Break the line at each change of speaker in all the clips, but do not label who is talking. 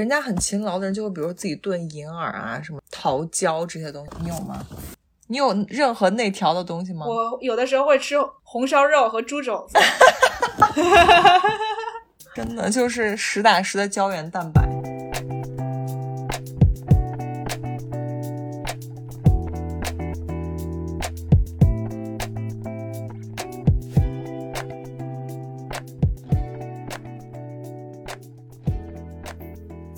人家很勤劳的人就会，比如自己炖银耳啊，什么桃胶这些东西，你有吗？你有任何内调的东西吗？
我有的时候会吃红烧肉和猪肘子。
真的就是实打实的胶原蛋白。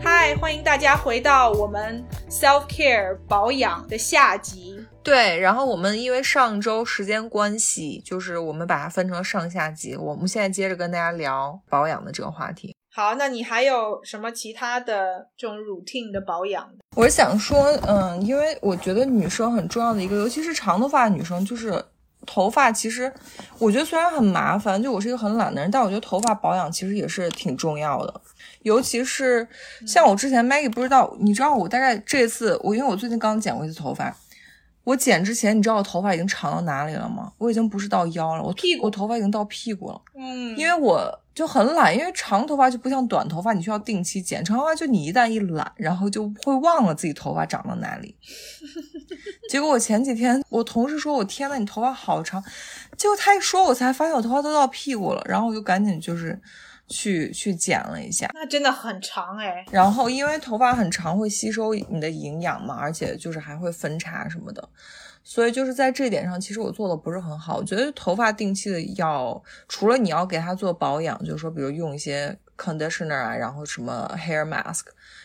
嗨，欢迎大家回到我们 self care 保养的下集。
对，然后我们因为上周时间关系，就是我们把它分成上下集。我们现在接着跟大家聊保养的这个话题。
好，那你还有什么其他的这种 routine 的保养？
我是想说，嗯，因为我觉得女生很重要的一个，尤其是长头发的女生，就是头发。其实我觉得虽然很麻烦，就我是一个很懒的人，但我觉得头发保养其实也是挺重要的。尤其是像我之前 Maggie 不知道，你知道我大概这次我因为我最近刚剪过一次头发，我剪之前你知道我头发已经长到哪里了吗？我已经不是到腰了，我
屁股
我头发已经到屁股了，
嗯，
因为我就很懒，因为长头发就不像短头发，你需要定期剪，长头发就你一旦一懒，然后就会忘了自己头发长到哪里。结果我前几天我同事说我天呐，你头发好长，结果他一说我才发现我头发都到屁股了，然后我就赶紧就是去去剪了一下。
那真的很长哎。
然后因为头发很长，会吸收你的营养嘛，而且就是还会分叉什么的，所以就是在这点上，其实我做的不是很好。我觉得头发定期的要，除了你要给它做保养，就是说比如用一些 conditioner 啊，然后什么 hair mask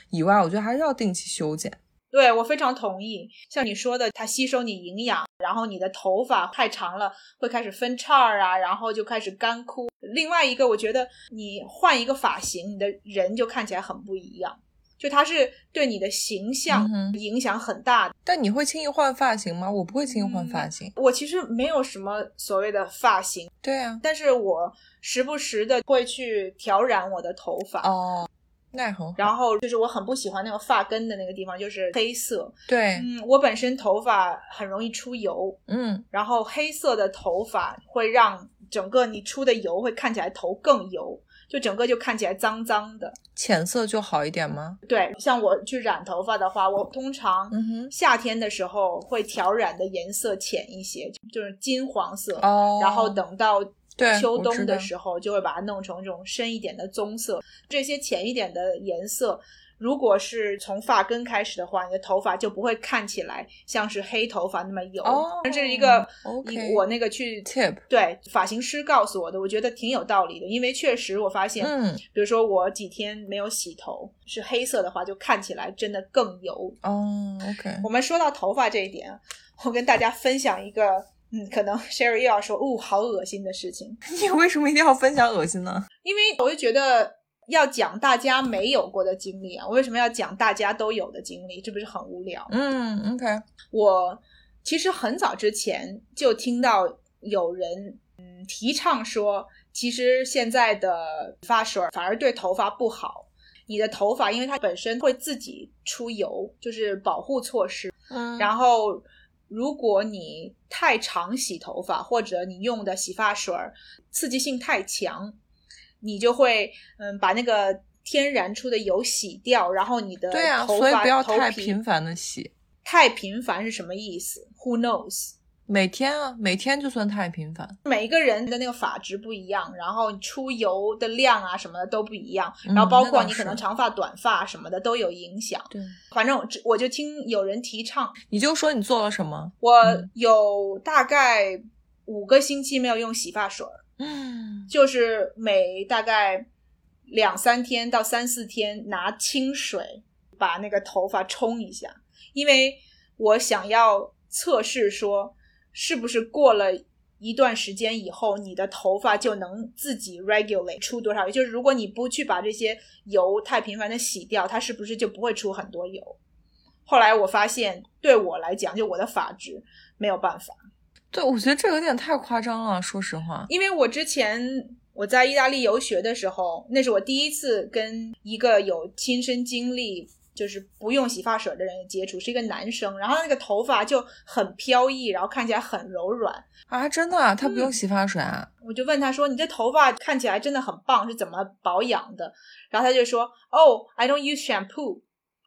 以外，我觉得还是要定期修剪。
对我非常同意，像你说的，它吸收你营养，然后你的头发太长了会开始分叉儿啊，然后就开始干枯。另外一个，我觉得你换一个发型，你的人就看起来很不一样，就它是对你的形象
嗯
影响很大的。
但你会轻易换发型吗？我不会轻易换
嗯
发型。
我其实没有什么所谓的发型，
对啊，
但是我时不时的会去调染我的头发。
哦，那也很好。
然后就是我很不喜欢那个发根的那个地方，就是黑色。
对，
嗯，我本身头发很容易出油，
嗯，
然后黑色的头发会让整个你出的油会看起来头更油，就整个就看起来脏脏的。
浅色就好一点吗？
对，像我去染头发的话，我通常
嗯哼，
夏天的时候会调染的颜色浅一些，就是金黄色，
哦，
然后等到。
对
秋
我知
冬的
道
时候就会把它弄成这种深一点的棕色，这些浅一点的颜色，如果是从发根开始的话，你的头发就不会看起来像是黑头发那么油。
哦，
这是一个
OK
一我那个去
tip，
对发型师告诉我的，我觉得挺有道理的，因为确实我发现，
嗯，
比如说我几天没有洗头，是黑色的话，就看起来真的更油。
哦，OK，
我们说到头发这一点，我跟大家分享一个，嗯，可能 Sherry 又要说，哦，好恶心的事情，
你为什么一定要分享恶心呢？
因为我就觉得要讲大家没有过的经历啊，我为什么要讲大家都有的经历？这不是很无聊？
嗯，OK，
我其实很早之前就听到有人嗯提倡说，其实现在的发水儿反而对头发不好。你的头发因为它本身会自己出油，就是保护措施。
嗯
然后，如果你太常洗头发，或者你用的洗发水儿刺激性太强，你就会嗯把那个天然出的油洗掉，然后你的
对啊，
头
所以
发
不要
头
太
皮
频繁的洗，
太频繁是什么意思？Who knows？
每天啊，每天就算太频繁。
每个人的那个发质不一样，然后出油的量啊什么的都不一样，
嗯
然后包括
那倒
你可能
是
长发、短发什么的都有影响。
对，
反正我只我就听有人提倡，
你就说你做了什么？
我
嗯
有大概五个星期没有用洗发水儿，
嗯，
就是每大概两三天到三四天拿清水把那个头发冲一下，因为我想要测试说是不是过了一段时间以后，你的头发就能自己 regulate 出多少油。就是如果你不去把这些油太频繁的洗掉，它是不是就不会出很多油？后来我发现，对我来讲，就我的发质没有办法，
对，我觉得这个有点太夸张了，说实话。
因为我之前我在意大利游学的时候，那是我第一次跟一个有亲身经历。就是不用洗发水的人接触，是一个男生，然后他那个头发就很飘逸，然后看起来很柔软，
啊，真的啊，他不用洗发水啊？
我就问他说：“你这头发看起来真的很棒，是怎么保养的？”然后他就说：“Oh, I don't use shampoo。”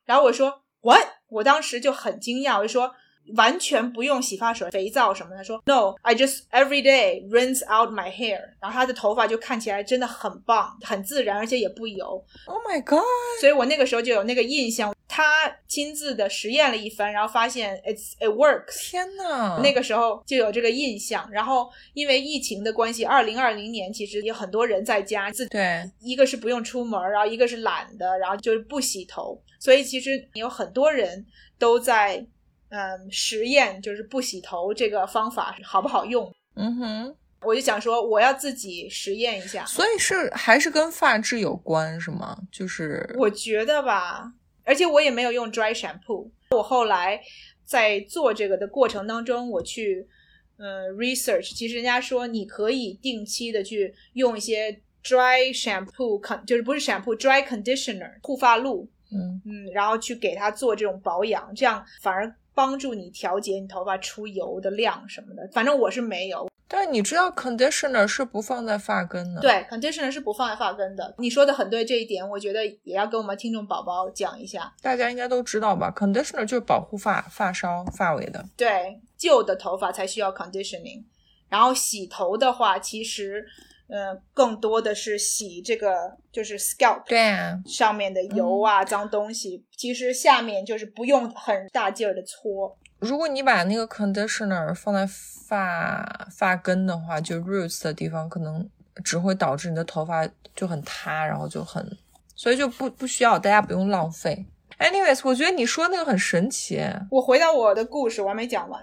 然后我说：“What？” 我当时就很惊讶，我就说：“完全不用洗发水、肥皂什么的。”他说：“No, I just every day rinse out my hair。”然后他的头发就看起来真的很棒，很自然，而且也不油。
Oh my god！
所以我那个时候就有那个印象。他亲自的实验了一番，然后发现 it's it works。
天呐，
那个时候就有这个印象。然后因为疫情的关系，二零二零年其实有很多人在家自己，
对
一个是不用出门，然后一个是懒的，然后就是不洗头，所以其实有很多人都在嗯实验，就是不洗头这个方法好不好用。
嗯哼，
我就想说，我要自己实验一下。
所以是还是跟发质有关是吗？就是
我觉得吧，而且我也没有用 dry shampoo。我后来在做这个的过程当中，我去嗯、呃 research，其实人家说你可以定期的去用一些 dry shampoo，con- 就是不是 shampoo dry conditioner 护发露，
嗯，
嗯，然后去给它做这种保养，这样反而帮助你调节你头发出油的量什么的。反正我是没有，
但是你知道 conditioner 是不放在发根的，，
对 conditioner 是不放在发根的。你说的很对，这一点我觉得也要跟我们听众宝宝讲一下。
大家应该都知道吧？conditioner 就是保护发发梢发尾的，
对，旧的头发才需要 conditioning。然后洗头的话，其实，呃，更多的是洗这个就是 scalp
对啊，
上面的油啊、脏东西。其实下面就是不用很大劲儿的搓。
如果你把那个 conditioner 放在发发根的话，就 roots 的地方，可能只会导致你的头发就很塌，然后就很，所以就不不需要，大家不用浪费。Anyways，我觉得你说那个很神奇，
我回到我的故事，我还没讲完。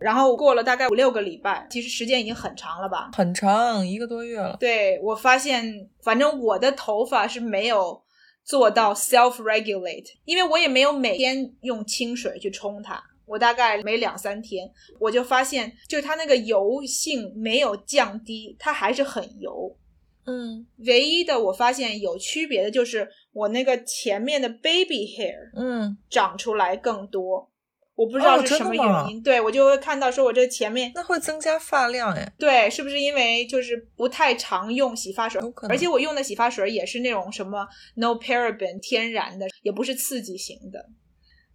然后过了大概五六个礼拜，其实时间已经很长了吧？
很长，一个多月了。
对我发现，反正我的头发是没有做到 self regulate，因为我也没有每天用清水去冲它，我大概每两三天，我就发现就是它那个油性没有降低，它还是很油。
嗯
唯一的我发现有区别的就是我那个前面的 baby hair
嗯，
长出来更多，我不知道
哦
是什么
真的吗
原因，对我就会看到说我这前面
那会增加发量哎。
对，是不是因为就是不太常用洗发水
有可，能
而且我用的洗发水也是那种什么 no paraben 天然的，也不是刺激型的。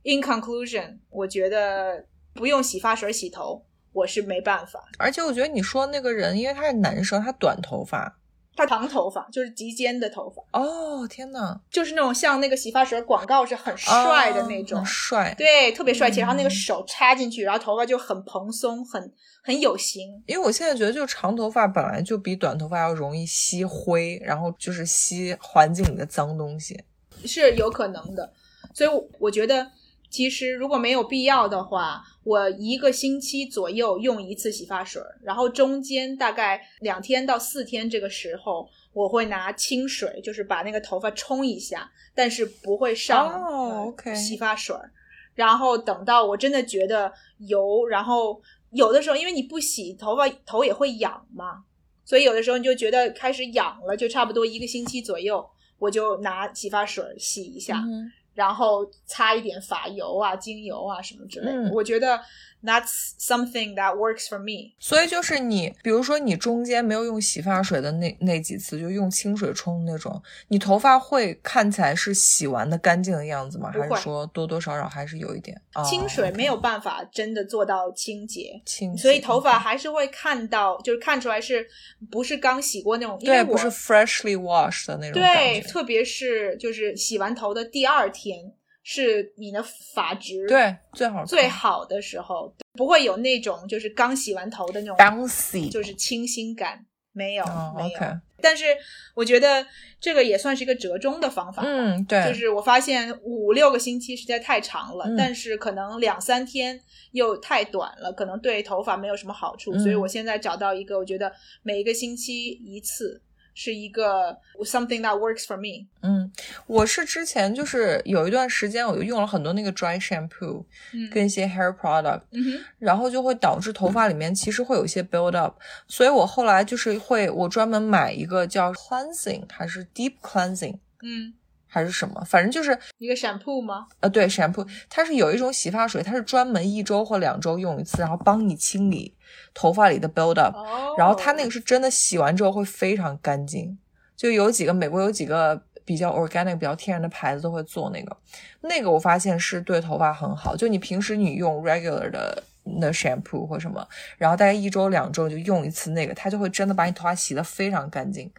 In conclusion，我觉得不用洗发水洗头我是没办法。
而且我觉得你说那个人，因为他是男生，他短头发。
它长头发就是及肩的头发，
哦天呐，
就是那种像那个洗发水广告是很帅的那种，
哦哦很帅。
对，特别帅气。
嗯
然后那个手插进去，然后头发就很蓬松，很很有型。
因为我现在觉得，就长头发本来就比短头发要容易吸灰，然后就是吸环境里的脏东西。
是有可能的。所以我我觉得，其实如果没有必要的话，我一个星期左右用一次洗发水儿，然后中间大概两天到四天这个时候，我会拿清水，就是把那个头发冲一下，但是不会上、
哦
呃
OK
洗发水儿。然后等到我真的觉得油，然后有的时候因为你不洗头发，头也会痒嘛，所以有的时候你就觉得开始痒了，就差不多一个星期左右，我就拿洗发水洗一下，
嗯
然后擦一点发油啊、精油啊什么之类的。
嗯
我觉得 that's something that works for me。
所以就是你，比如说你中间没有用洗发水的那那几次，就用清水冲那种，你头发会看起来是洗完的干净的样子吗？
不
还
会
是说多多少少还是有一点？哦
清水没有办法真的做到清洁。
清洁，
所以头发还是会看到，就是看出来是不是刚洗过那种？因为
对
我
不是 freshly washed 的那种
对，
感觉。
特别是就是洗完头的第二天，是你的发质
对，最好看
最好的时候，不会有那种就是刚洗完头的那种，
bouncy
就是清新感，没有、
哦
没有。
，OK，
但是我觉得这个也算是一个折中的方法。
嗯，对，
就是我发现五六个星期实在太长了，
嗯
但是可能两三天又太短了，可能对头发没有什么好处，
嗯
所以我现在找到一个，我觉得每一个星期一次是一个 something that works for me。
嗯，我是之前就是有一段时间，我就用了很多那个 dry shampoo
嗯
跟一些 hair product，
嗯哼，
然后就会导致头发里面其实会有一些 build up，所以我后来就是会我专门买一个叫 cleansing 还是 deep cleansing
嗯，
还是什么，反正就是
一个 shampoo 吗？
呃对 shampoo，它是有一种洗发水，它是专门一周或两周用一次，然后帮你清理头发里的 build up，
哦，
然后它那个是真的洗完之后会非常干净，就有几个美国有几个比较 organic 比较天然的牌子都会做那个，那个我发现是对头发很好。就你平时你用 regular 的那 shampoo 或什么，然后大概一周两周就用一次那个，它就会真的把你头发洗得非常干净。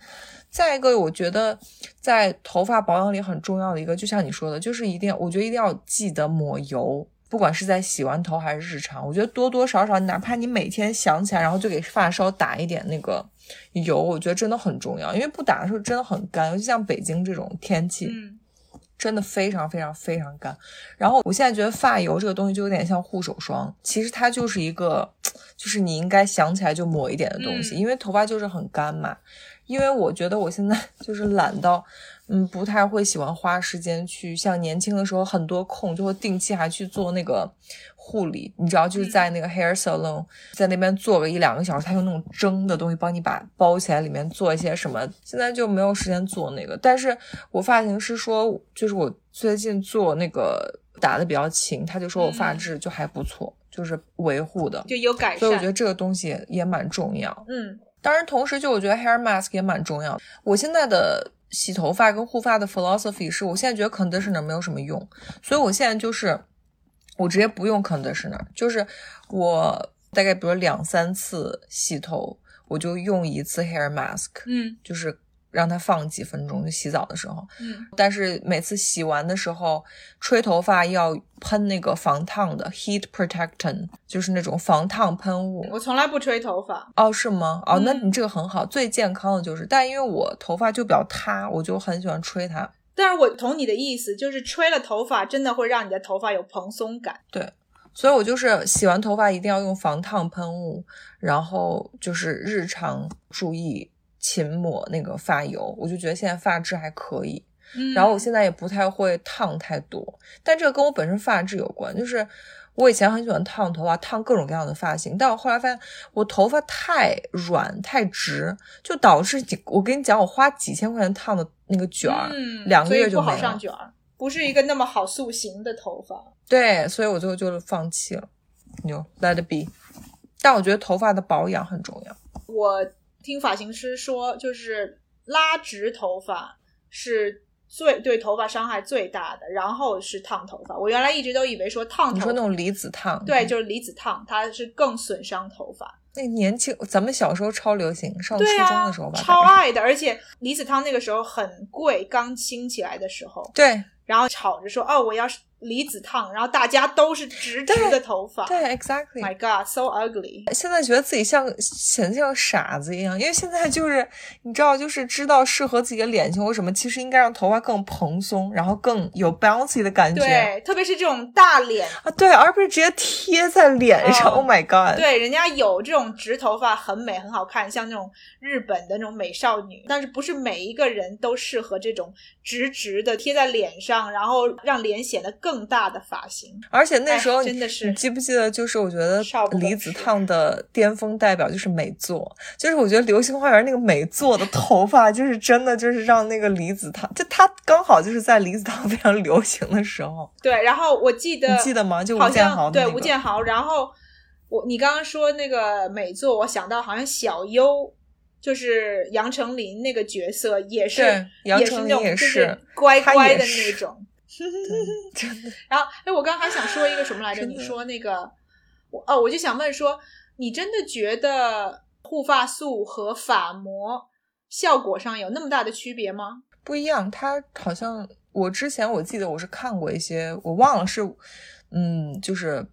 再一个，我觉得在头发保养里很重要的一个，就像你说的，就是一定要，我觉得一定要记得抹油，不管是在洗完头还是日常，我觉得多多少少，哪怕你每天想起来，然后就给发梢打一点那个油，我觉得真的很重要，因为不打的时候真的很干，尤其像北京这种天气，
嗯
真的非常非常非常干。然后我现在觉得发油这个东西就有点像护手霜，其实它就是一个，就是你应该想起来就抹一点的东西，
嗯
因为头发就是很干嘛。因为我觉得我现在 就是懒到，嗯，不太会喜欢花时间去像年轻的时候很多空就会定期还去做那个护理，你知道，就是
嗯
在那个 hair salon 在那边做个一两个小时，他用那种蒸的东西帮你把包起来，里面做一些什么。现在就没有时间做那个，但是我发型师说，就是我最近做那个打的比较勤，他就说我发
嗯
质就还不错，就是维护的。
就有改善。
所以我觉得这个东西也也蛮重要。
嗯
当然，同时就我觉得 hair mask 也蛮重要的。我现在的洗头发跟护发的 philosophy 是我现在觉得 conditioner 没有什么用，所以我现在就是我直接不用 conditioner，就是我大概比如两三次洗头，我就用一次 hair mask，
嗯
就是让它放几分钟，就洗澡的时候。
嗯
但是每次洗完的时候，吹头发要喷那个防烫的 heat protectant，就是那种防烫喷雾。
我从来不吹头发。
哦，是吗？哦，那
嗯
你这个很好，最健康的就是，但因为我头发就比较塌，我就很喜欢吹它。
但是我懂你的意思，就是吹了头发真的会让你的头发有蓬松感。
所以我就是洗完头发一定要用防烫喷雾，然后就是日常注意勤抹那个发油，我就觉得现在发质还可以。
嗯
然后我现在也不太会烫太多，但这个跟我本身发质有关，就是我以前很喜欢烫头发，烫各种各样的发型，但我后来发现我头发太软太直，就导致你我跟你讲，我花几千块钱烫的那个卷儿，
嗯，
两个月就
所以不
没
好上
了。
卷儿，不是一个那么好塑形的头发。
对，所以我最后就放弃了，牛 let it be。但我觉得头发的保养很重要，
我听发型师说，就是拉直头发是最对头发伤害最大的，然后是烫头发。我原来一直都以为说烫
你
头
说那
发，
种离子烫，
对，就是离子烫，它是更损伤头发。
那年轻，咱们小时候超流行，上初
对
中
啊
的时候，吧，
超
大概
爱的，而且离子烫那个时候很贵，刚兴起来的时候，
对
然后吵着说哦，我要是离子烫，然后大家都是直直的头发
对，exactly。
，My God，so ugly。
现在觉得自己像显得像傻子一样，因为现在就是你知道，就是知道适合自己的脸型或什么，其实应该让头发更蓬松，然后更有 bouncy 的感觉
对，特别是这种大脸，
啊，对，而不是直接贴在脸上。
哦
oh my god！
对，人家有这种直头发很美很好看，像那种日本的那种美少女，但是不是每一个人都适合这种直直的贴在脸上，然后让脸显得更大的发型。
而且那时候
哎
你、
真的是
你记不记得？就是我觉得
少不更
离子
事
烫的巅峰代表就是美作，就是我觉得《流星花园》那个美作的头发，就是真的就是让那个离子烫，就它刚好就是在离子烫非常流行的时候，
对，然后我记得
你记得吗就
好
吴建
像
豪的
对
那个
吴建豪，然后我你刚刚说那个美作，我想到好像小优。就是杨丞琳那个角色也是
对，杨
也是
丞
那
琳
种
也
就是乖
她
乖
也
的
是
那种。
真的。
然后，哎，我刚还想说一个什么来着？
真的
你说那个，我哦，我就想问说，你真的觉得护发素和发膜效果上有那么大的区别吗？
不一样，它好像我之前我记得我是看过一些，我忘了是，嗯，就是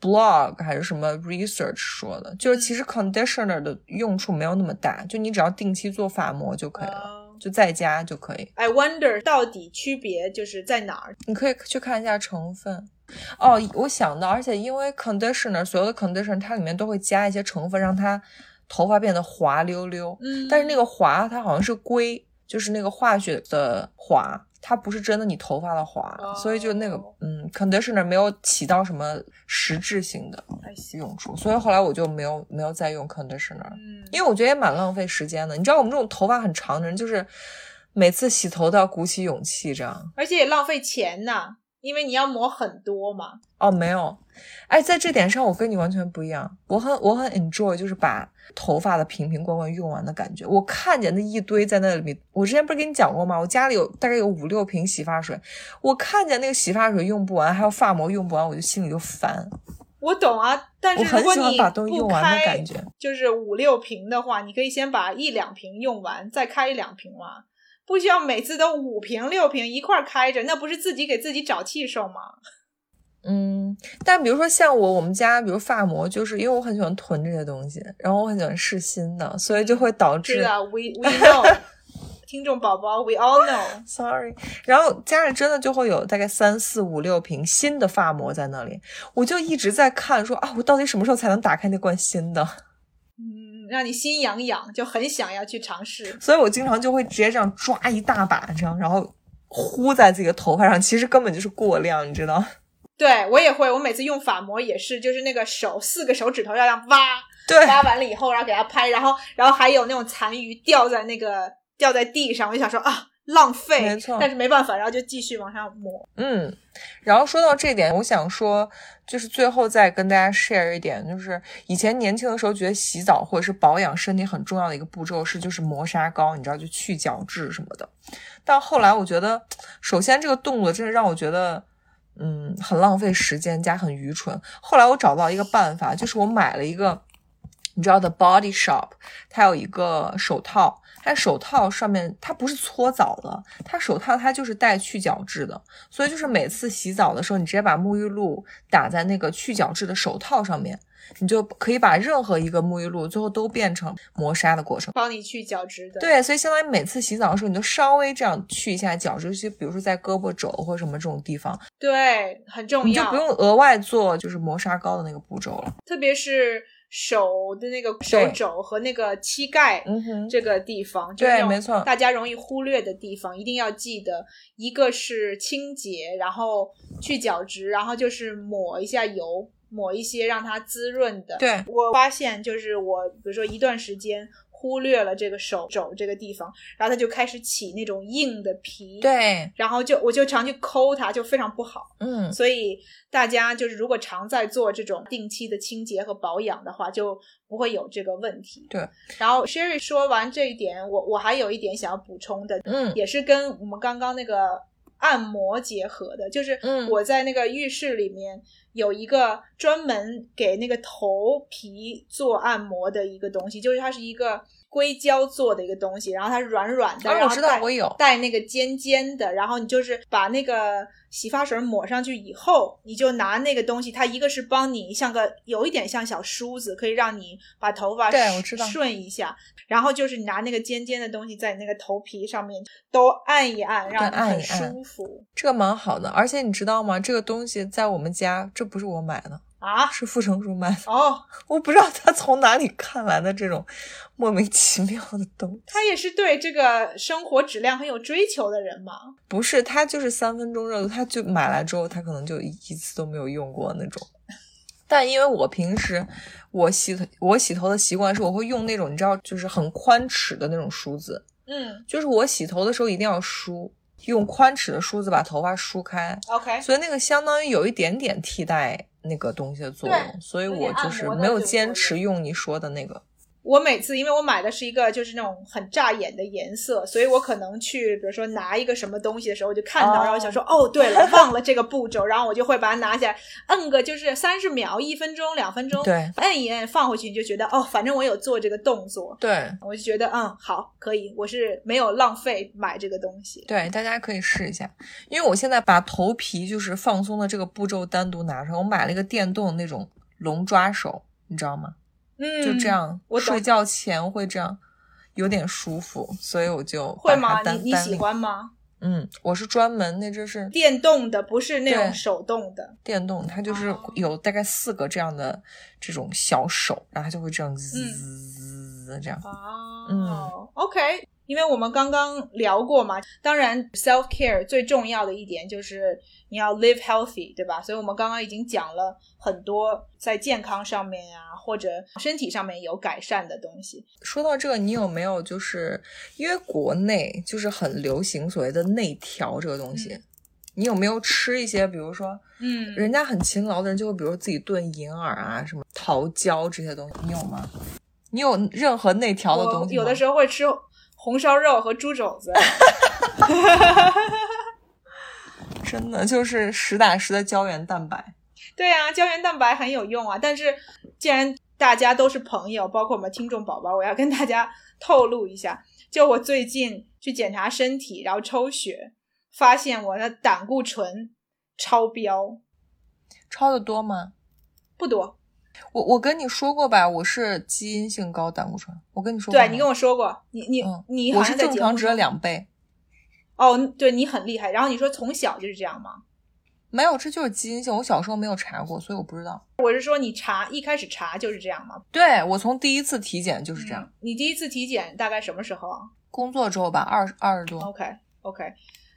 blog 还是什么 research 说的，就是其实 conditioner 的用处没有那么大，就你只要定期做发膜就可以了，
哦
就在家就可以。
I wonder 到底区别就是在哪儿？
你可以去看一下成分。哦，我想到，而且因为 conditioner 所有的 conditioner 它里面都会加一些成分，让它头发变得滑溜溜。
嗯
但是那个滑，它好像是硅，就是那个化学的滑，它不是真的你头发的滑，
哦
所以就那个嗯 conditioner 没有起到什么实质性的
还行，
用处，所以后来我就没有没有再用 conditioner。
嗯，
因为我觉得也蛮浪费时间的，你知道我们这种头发很长的人，就是每次洗头都要鼓起勇气这样。
而且也浪费钱呐，因为你要抹很多嘛。
哦，没有，哎，在这点上我跟你完全不一样，我很我很 enjoy 就是把头发的瓶瓶罐罐用完的感觉。我看见那一堆在那里面，我之前不是跟你讲过吗？我家里有大概有五六瓶洗发水，我看见那个洗发水用不完，还有发膜用不完，我就心里就烦。
我懂啊，但
我
是如
很
果
喜欢
你
把东西
不
用完的
开
感觉。
就是五六瓶的话，你可以先把一两瓶用完，再开一两瓶嘛，不需要每次都五瓶六瓶一块儿开着，那不是自己给自己找气受吗？
嗯，但比如说像我，我们家比如发膜，就是因为我很喜欢囤这些东西，然后我很喜欢试新的，所以就会导致
是的，we we know，听 众宝宝，we all know，
Sorry，然后家里真的就会有大概三四五六瓶新的发膜在那里，我就一直在看说啊，我到底什么时候才能打开那罐新的？
嗯，让你心痒痒，就很想要去尝试。
所以我经常就会直接这样抓一大把，这样然后呼在自己的头发上，其实根本就是过量，你知道？
对我也会，我每次用发膜也是，就是那个手四个手指头要让挖，
对，
挖完了以后，然后给它拍，然后然后还有那种残余掉在那个掉在地上，我就想说啊，浪费，
没错
但是没办法，然后就继续往上抹。
嗯，然后说到这点，我想说，就是最后再跟大家 share 一点，就是以前年轻的时候觉得洗澡或者是保养身体很重要的一个步骤是就是磨砂膏，你知道就去角质什么的。但后来我觉得，首先这个动作真的让我觉得，嗯，很浪费时间加很愚蠢。后来我找到一个办法，就是我买了一个，你知道的 Body Shop，它有一个手套，它手套上面它不是搓澡的，它手套它就是带去角质的。所以就是每次洗澡的时候，你直接把沐浴露打在那个去角质的手套上面，你就可以把任何一个沐浴露最后都变成磨砂的过程。
帮你去角质的。，
对，所以相当于每次洗澡的时候，你都稍微这样去一下角质，就比如说在胳膊肘或什么这种地方，
对，很重
你就
要。
不用额外做就是磨砂膏的那个步骤了。
特别是手的那个手肘和那个膝盖
嗯哼，
这个地方，
对
就是那种
没错
大家容易忽略的地方，一定要记得。一个是清洁，然后去角质，然后就是抹一下油，抹一些让它滋润的。
对，
我发现就是我，比如说一段时间。忽略了这个手肘这个地方，然后它就开始起那种硬的皮，，
对，
然后就我就常去抠它，就非常不好。
嗯，
所以大家就是如果常在做这种定期的清洁和保养的话，就不会有这个问题。
对。
然后 Sherry 说完这一点，我我还有一点想要补充的，
嗯，
也是跟我们刚刚那个按摩结合的，就是
嗯
我在那个浴室里面有一个专门给那个头皮做按摩的一个东西，就是它是一个硅胶做的一个东西，然后它软软的，
啊
然后
我知道
带
我有
带那个尖尖的，然后你就是把那个洗发水抹上去以后，你就拿那个东西，它一个是帮你像个有一点像小梳子，可以让你把头发
对
顺
我知道
顺一下，然后就是你拿那个尖尖的东西在你那个头皮上面都按一按，让你
按
很
一按
舒服
这个蛮好的。而且你知道吗？这个东西在我们家，这不是我买的，
啊。
是傅成叔买的。
哦，
我不知道他从哪里看来的这种莫名其妙的东西。
他也是对这个生活质量很有追求的人嘛。
不是，他就是三分钟热度，他就买来之后，他可能就一一次都没有用过那种。但因为我平时我洗头我洗头的习惯是，我会用那种你知道，就是很宽齿的那种梳子，
嗯
就是我洗头的时候一定要梳，用宽齿的梳子把头发梳开，
，OK，
所以那个相当于有一点点替代那个东西的作用，
对
所以
有
我
点
就
按
是
摩的
没有
这个
坚
作
持用你说的那个。
我每次因为我买的是一个就是那种很扎眼的颜色，所以我可能去比如说拿一个什么东西的时候，我就看到
哦
然后想说哦，对了，忘了这个步骤，然后我就会把它拿起来，摁个就是三十秒、一分钟、两分钟，
对，
摁一摁，放回去，你就觉得哦，反正我有做这个动作，
对
我就觉得嗯，好，可以，我是没有浪费买这个东西。
对，大家可以试一下，因为我现在把头皮就是放松的这个步骤单独拿出来，我买了一个电动那种龙抓手，你知道吗？
嗯，
就这样，
我懂
睡觉前会这样，有点舒服，所以我就
会
把它
吗？
单
你你
单
喜
拎
欢吗？
嗯，我是专门那只是
电动的不是那种
对
手动的，
电动，它就是
哦
有大概四个这样的这种小手，然后它就会这
嗯
样滋滋滋这样。
哦、
嗯
o k 因为我们刚刚聊过嘛，当然 self care 最重要的一点就是你要 live healthy，对吧？所以我们刚刚已经讲了很多在健康上面啊，或者身体上面有改善的东西。
说到这个，你有没有就是因为国内就是很流行所谓的内调这个东西，
嗯
你有没有吃一些，比如说
嗯
人家很勤劳的人就会，比如自己炖银耳啊，什么桃胶这些东西，你有吗？你有任何内调的东
我
西
有的
候
时候会吃红烧肉和猪肘子，
真的就是实打实的胶原蛋白。
对啊，胶原蛋白很有用啊。但是既然大家都是朋友，包括我们听众宝宝，我要跟大家透露一下，就我最近去检查身体，然后抽血，发现我的胆固醇超标，
超的多吗？
不多。
我我跟你说过吧，我是基因性高胆固醇。我跟你说过吗，
对你跟我说过，你你、
嗯，
你好
我是
像在
正
节
常
目
值的
中
两倍，
哦，对你很厉害。然后你说从小就是这样吗？
没有，这就是基因性。我小时候没有查过，所以我不知道。
我是说你查一开始查就是这样吗？
对我从第一次体检就是这样，
嗯你第一次体检大概什么时候啊？
工作之后吧，二十二十多，
OK OK，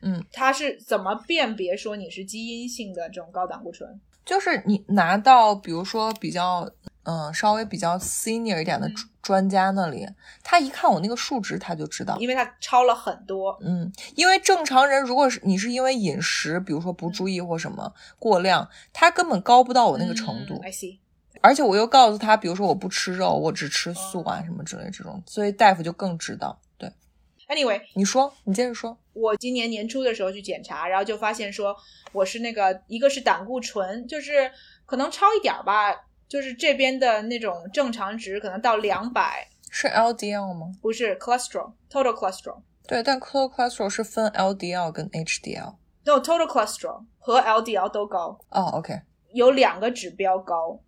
嗯，
它是怎么辨别说你是基因性的这种高胆固醇？
就是你拿到比如说比较嗯稍微比较 senior 一点的
嗯
专专家那里，他一看我那个数值，他就知道。
因为它超了很多，
嗯，因为正常人，如果是你是因为饮食，比如说
嗯
不注意或什么过量，他根本高不到我那个程度
嗯。I see，
而且我又告诉他，比如说我不吃肉，我只吃素啊
哦
什么之类这种，所以大夫就更知道。对，
Anyway，
你说，你接着说。
我今年年初的时候去检查，然后就发现说我是那个一个是胆固醇，就是可能超一点儿吧，就是这边的那种正常值可能到两百，
是 LDL 吗？
不是 cholesterol total cholesterol。
对，但 total cholesterol 是分 LDL 跟 HDL。
no total cholesterol 和 LDL 都高，
哦，OK，
有两个指标高，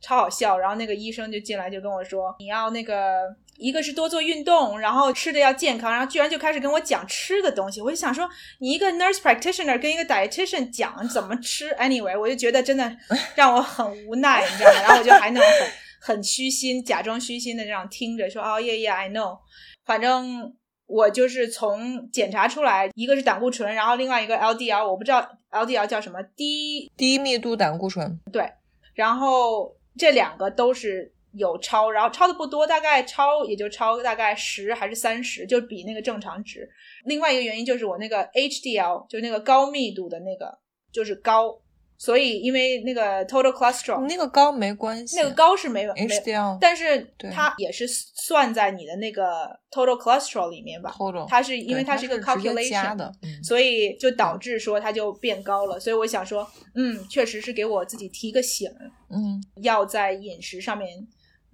超好笑。然后那个医生就进来就跟我说，你要那个一个是多做运动，然后吃的要健康，然后居然就开始跟我讲吃的东西。我就想说，你一个 nurse practitioner 跟一个 dietitian 讲怎么吃，anyway，我就觉得真的让我很无奈，你知道吗？然后我就还那种很很虚心，假装虚心的这样听着说，哦耶耶，I know，反正。我就是从检查出来，一个是胆固醇，然后另外一个 LDL，我不知道 LDL 叫什么，低
低密度胆固醇。
然后这两个都是有超，然后超的不多，大概超也就超大概十还是三十，就比那个正常值。另外一个原因就是我那个 HDL，就是那个高密度的那个，就是高，所以因为那个 total cholesterol
你那个高没关系，
那个高是没没，
HDL
但是
对
它也是算在你的那个 total cholesterol 里面吧？
total，
它是因为
对它
是一个
直接
calculation
加的，嗯
所以就导致说它就变高了。所以我想说，嗯，确实是给我自己提个醒儿，
嗯，
要在饮食上面，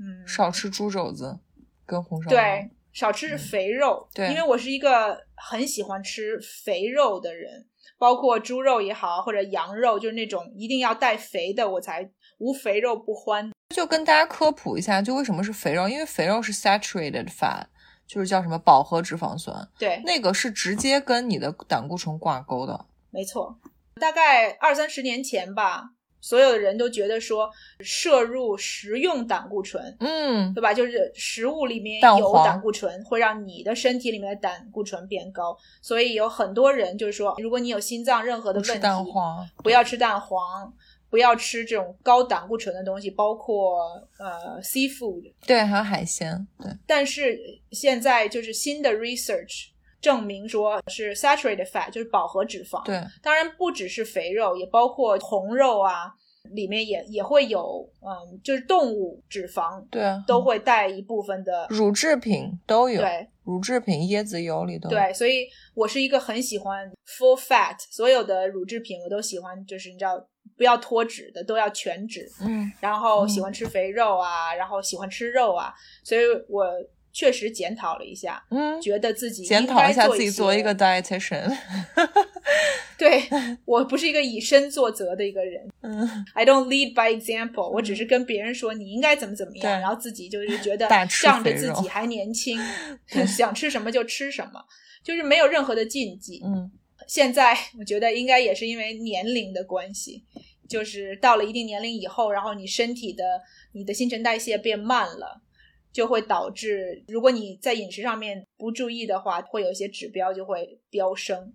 嗯，
少吃猪肘子跟红烧肉。
对少吃肥肉，
对
因为我是一个很喜欢吃肥肉的人，包括猪肉也好，或者羊肉，就是那种一定要带肥的，我才无肥肉不欢。
就跟大家科普一下，就为什么是肥肉，因为肥肉是 saturated fat，就是叫什么饱和脂肪酸。
对，
那个是直接跟你的胆固醇挂钩的。
没错，大概二三十年前吧，所有的人都觉得说摄入食用胆固醇。
嗯，
对吧？就是食物里面
蛋
有
黄
胆固醇，会让你的身体里面的胆固醇变高，所以有很多人就是说，如果你有心脏任何的
不吃
问题，
蛋黄，
不要吃蛋黄，不要吃这种高胆固醇的东西，包括呃 seafood。
对，还有海鲜，对，
但是现在就是新的 research 证明说是 saturated fat，就是饱和脂肪。
对，
当然不只是肥肉，也包括红肉啊、里面也也会有，嗯，就是动物脂肪
对啊，
都会带一部分的，
乳制品都有，嗯
对
乳制品、椰子油里都有。
对，所以我是一个很喜欢 full fat，所有的乳制品我都喜欢，就是你知道不要脱脂的，都要全脂，
嗯，
然后
嗯
喜欢吃肥肉啊，然后喜欢吃肉啊，所以我确实检讨了一下，
嗯
觉得自己应
检讨
该
一下
做
自己
些
作为一个 dietitian，
对我不是一个以身作则的一个人。
嗯，
I don't lead by example，我只是跟别人说你应该怎么怎么样，
对
然后自己就是 觉得
大吃
仗着
肥
自
肉
己还 年轻，想吃什么就吃什么，就是没有任何的禁忌。
嗯，
现在我觉得应该也是因为年龄的关系，就是到了一定年龄以后，然后你身体的你的新陈代谢变慢了。就会导致，如果你在饮食上面不注意的话，会有一些指标就会飙升。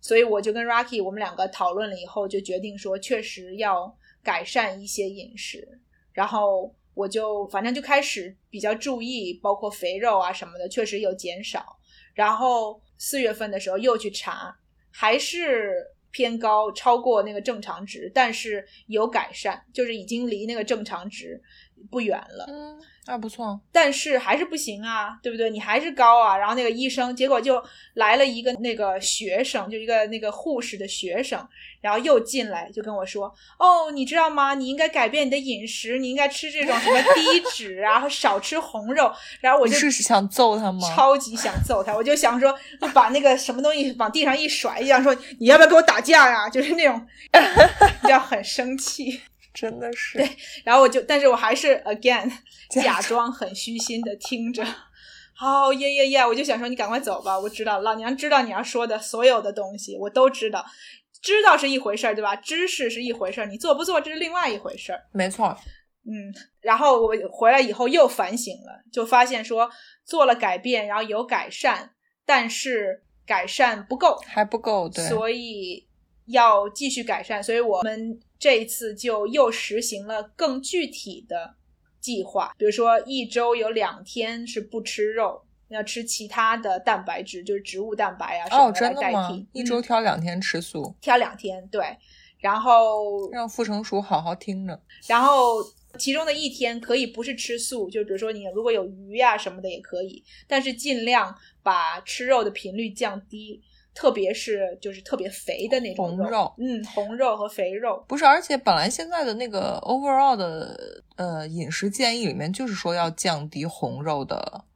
所以我就跟 Rocky 我们两个讨论了以后，就决定说，确实要改善一些饮食。然后我就反正就开始比较注意，包括肥肉啊什么的，确实有减少。然后四月份的时候又去查，还是偏高，超过那个正常值，但是有改善，就是已经离那个正常值不远了。
嗯，啊不错，
但是还是不行啊，对不对？你还是高啊。然后那个医生，结果就来了一个那个学生，就一个那个护士的学生，然后又进来就跟我说：“哦，你知道吗？你应该改变你的饮食，你应该吃这种什么低脂啊， 和少吃红肉。”然后我
你
就是
想揍他吗？
超级想揍他，我就想说，就把那个什么东西往地上一甩，一样说你要不要跟我打架呀、就是那种， 你知道很生气。
真的是，
然后我就，但是我还是 again
假
假装很虚心的听着。好耶耶耶！我就想说，你赶快走吧，我知道，老娘知道你要说的所有的东西，我都知道。知道是一回事儿，对吧？知识是一回事儿，你做不做这是另外一回事儿。
没错，
嗯，然后我回来以后又反省了，就发现说做了改变，然后有改善，但是改善不够，
还不够，对，
所以要继续改善。所以我们这一次就又实行了更具体的计划，比如说一周有两天是不吃肉，要吃其他的蛋白质，就是植物蛋白啊什
哦，
么来
真的
代
吗
替。？
一周
嗯
挑两天吃素，
挑两天，对。然后
让傅成熟好好听着。
然后其中的一天可以不是吃素，就比如说你如果有鱼呀、什么的也可以，但是尽量把吃肉的频率降低，特别是就是特别肥的那种
红肉
嗯，红肉和肥肉，
不是，而且本来现在的那个 overall 的呃饮食建议里面，就是说要降低红肉的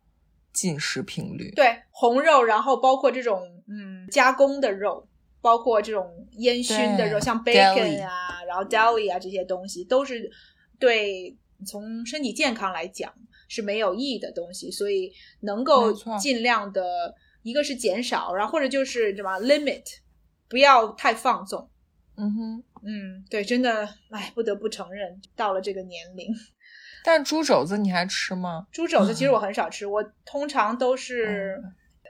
进食频率。
对，红肉，然后包括这种嗯加工的肉。包括这种烟熏的
对
肉，像
deli
bacon 啊，然后 deli 啊这些东西，都是对从身体健康来讲是没有意义的东西，所以能够
没错
尽量的，一个是减少，然后或者就是什么 limit，不要太放纵。
嗯哼，
嗯，对，真的，哎，不得不承认，到了这个年龄，
但猪肘子你还吃吗？
猪肘子其实我很少吃，我通常都是。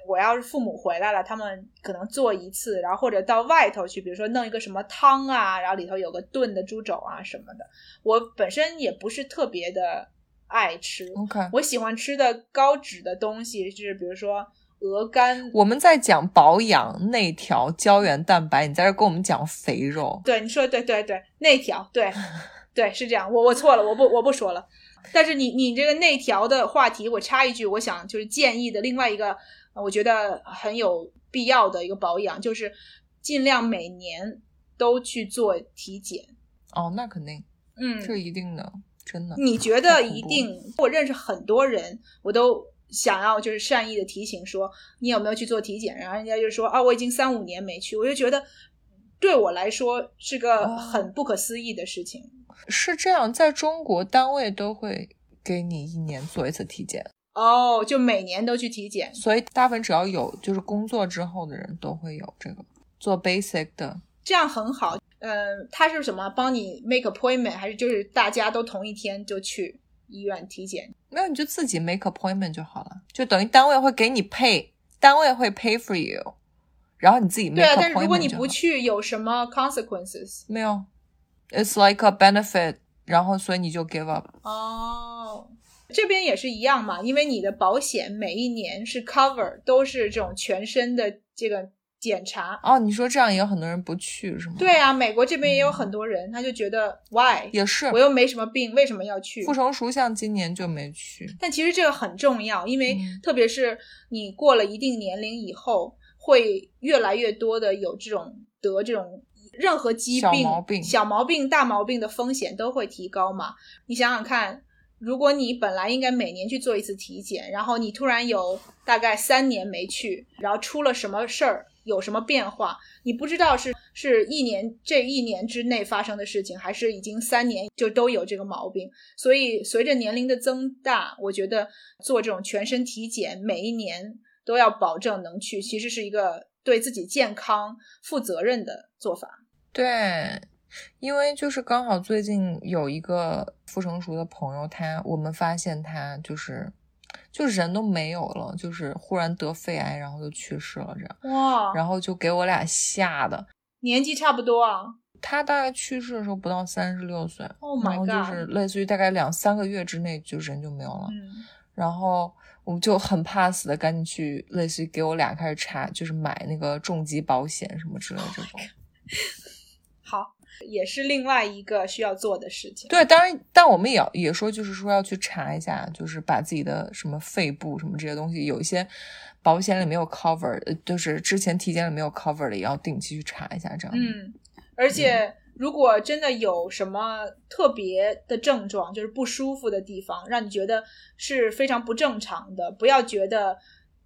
我要是父母回来了，他们可能做一次，然后或者到外头去，比如说弄一个什么汤啊，然后里头有个炖的猪肘啊什么的。我本身也不是特别的爱吃，
OK，
我喜欢吃的高脂的东西是，比如说鹅肝。
我们在讲保养、内调、胶原蛋白，你在这跟我们讲肥肉。
对，你说的对对对，内调， 对对是这样，我我错了，我不我不说了。但是你你这个内调的话题，我插一句，我想就是建议的另外一个，呃我觉得很有必要的一个保养，就是尽量每年都去做体检。
哦，那肯定，
嗯，
这一定的，真的。
你觉得
太恐
一
怖
定？我认识很多人，我都想要就是善意的提醒说，你有没有去做体检？然后人家就说啊，我已经三五年没去，我就觉得对我来说是个
哦
很不可思议的事情。
是这样，在中国单位都会给你一年做一次体检，
哦就每年都去体检，
所以大部分只要有就是工作之后的人都会有这个做 basic 的。
这样很好。嗯，他是什么？帮你 make appointment，还是就是大家都同一天就去医院体检？
没有，你就自己 make appointment 就好了，就等于单位会给你 pay，单位会 pay for you，然后你自己 make
对
appointment
啊，但是如果你
就好
不去，有什么 consequences？
没有，it's like a benefit，然后所以你就 give up。
哦，这边也是一样嘛，因为你的保险每一年是 cover 都是这种全身的这个检查。
哦，你说这样也有很多人不去是吗？，
对啊，美国这边也有很多人，他就觉得 why
也是
我。又没什么病，为什么要去？
傅成熟像今年就没去，
但其实这个很重要，因为
嗯
特别是你过了一定年龄以后，会越来越多的有这种得这种任何疾病、
小毛病
小毛病大毛病的风险都会提高嘛。你想想看，如果你本来应该每年去做一次体检，然后你突然有大概三年没去，然后出了什么事儿，有什么变化，你不知道是是一年这一年之内发生的事情，还是已经三年就都有这个毛病。所以随着年龄的增大，我觉得做这种全身体检，每一年都要保证能去，其实是一个对自己健康负责任的做法。
对，因为就是刚好最近有一个傅成熟的朋友，他我们发现他就是就是人都没有了，就是忽然得肺癌，然后就去世了这样，
哇，
然后就给我俩吓的。
年纪差不多啊，
他大概去世的时候不到三十六岁
Oh my
然后就是类似于大概两三个月之内就人就没有了，
嗯，
然后我们就很怕死的赶紧去类似于给我俩开始查，就是买那个重疾保险什么之类的这种。
好，也是另外一个需要做的事情。
对，当然，但我们也要也说，就是说要去查一下，就是把自己的什么肺部什么这些东西，有一些保险里没有 cover，呃就是之前体检里没有 cover 的，也要定期去查一下，这样。，
嗯，而且如果真的有什么特别的症状，就是不舒服的地方，让你觉得是非常不正常的，不要觉得